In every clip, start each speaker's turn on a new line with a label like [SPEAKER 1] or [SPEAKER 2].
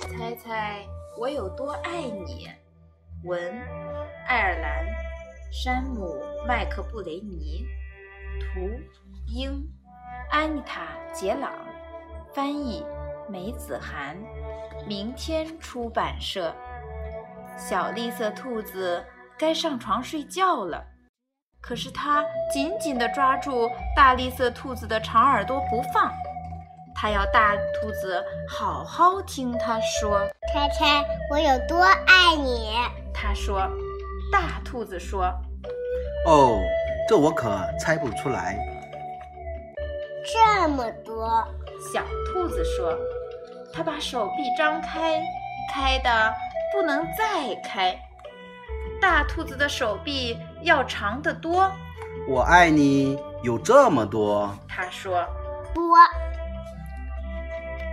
[SPEAKER 1] 猜猜我有多爱你》，文爱尔兰山姆麦克布雷尼，图英安妮塔杰朗，翻译梅子涵，明天出版社。小绿色兔子该上床睡觉了，可是它紧紧地抓住大绿色兔子的长耳朵不放。它要大兔子好好听它说。
[SPEAKER 2] 猜猜我有多爱你？
[SPEAKER 1] 它说：“大兔子说，
[SPEAKER 3] 哦，这我可猜不出来。
[SPEAKER 2] 这么多，
[SPEAKER 1] 小兔子说。”它把手臂张开，开的不能再开。大兔子的手臂要长得多。
[SPEAKER 3] 我爱你有这么多，
[SPEAKER 1] 它说
[SPEAKER 2] 多。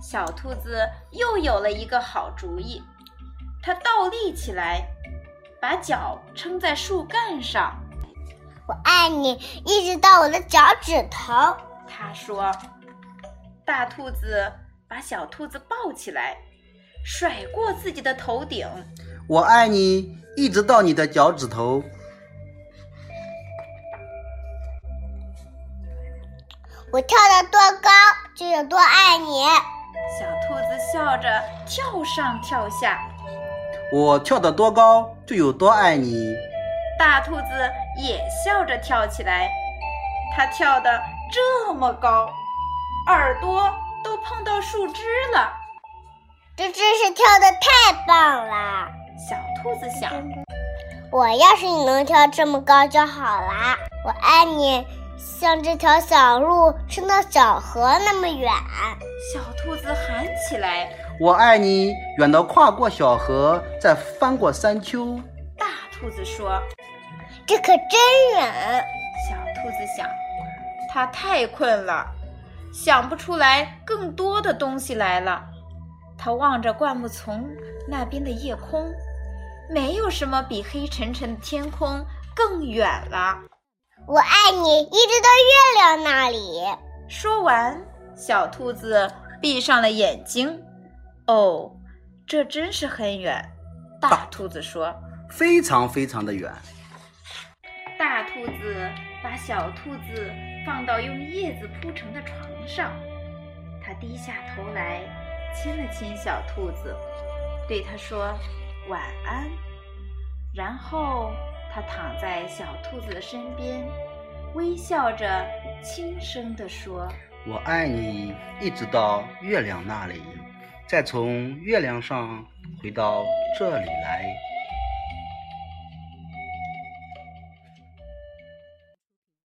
[SPEAKER 1] 小兔子又有了一个好主意，它倒立起来，把脚撑在树干上。
[SPEAKER 2] 我爱你，一直到我的脚趾头。
[SPEAKER 1] 它说：“大兔子把小兔子抱起来，甩过自己的头顶。
[SPEAKER 3] 我爱你，一直到你的脚趾头。
[SPEAKER 2] 我跳得多高，就有多爱你。”
[SPEAKER 1] 小兔子笑着跳上跳下，
[SPEAKER 3] 我跳得多高，就有多爱你。
[SPEAKER 1] 大兔子也笑着跳起来。它跳得这么高，耳朵都碰到树枝了。
[SPEAKER 2] 这真是跳得太棒了！
[SPEAKER 1] 小兔子想。
[SPEAKER 2] 我要是你能跳这么高就好啦。我爱你，像这条小路伸到小河那么远。
[SPEAKER 1] 小兔子喊起来，
[SPEAKER 3] 我爱你，远到跨过小河，再翻过山丘。
[SPEAKER 1] 大兔子说
[SPEAKER 2] 这可真远。：“
[SPEAKER 1] 小兔子想，它太困了，想不出来更多的东西来了。它望着灌木丛那边的夜空，没有什么比黑沉沉的天空更远了。
[SPEAKER 2] 我爱你，一直到月亮那里。”
[SPEAKER 1] 说完，小兔子闭上了眼睛。哦，这真是很远，大兔子说。
[SPEAKER 3] 非常非常的远。
[SPEAKER 1] 大兔子把小兔子放到用叶子铺成的床上，它低下头来亲了亲小兔子，对它说晚安。然后它躺在小兔子的身边，微笑着轻声地说
[SPEAKER 3] 我爱你，一直到月亮那里，再从月亮上回到这里来。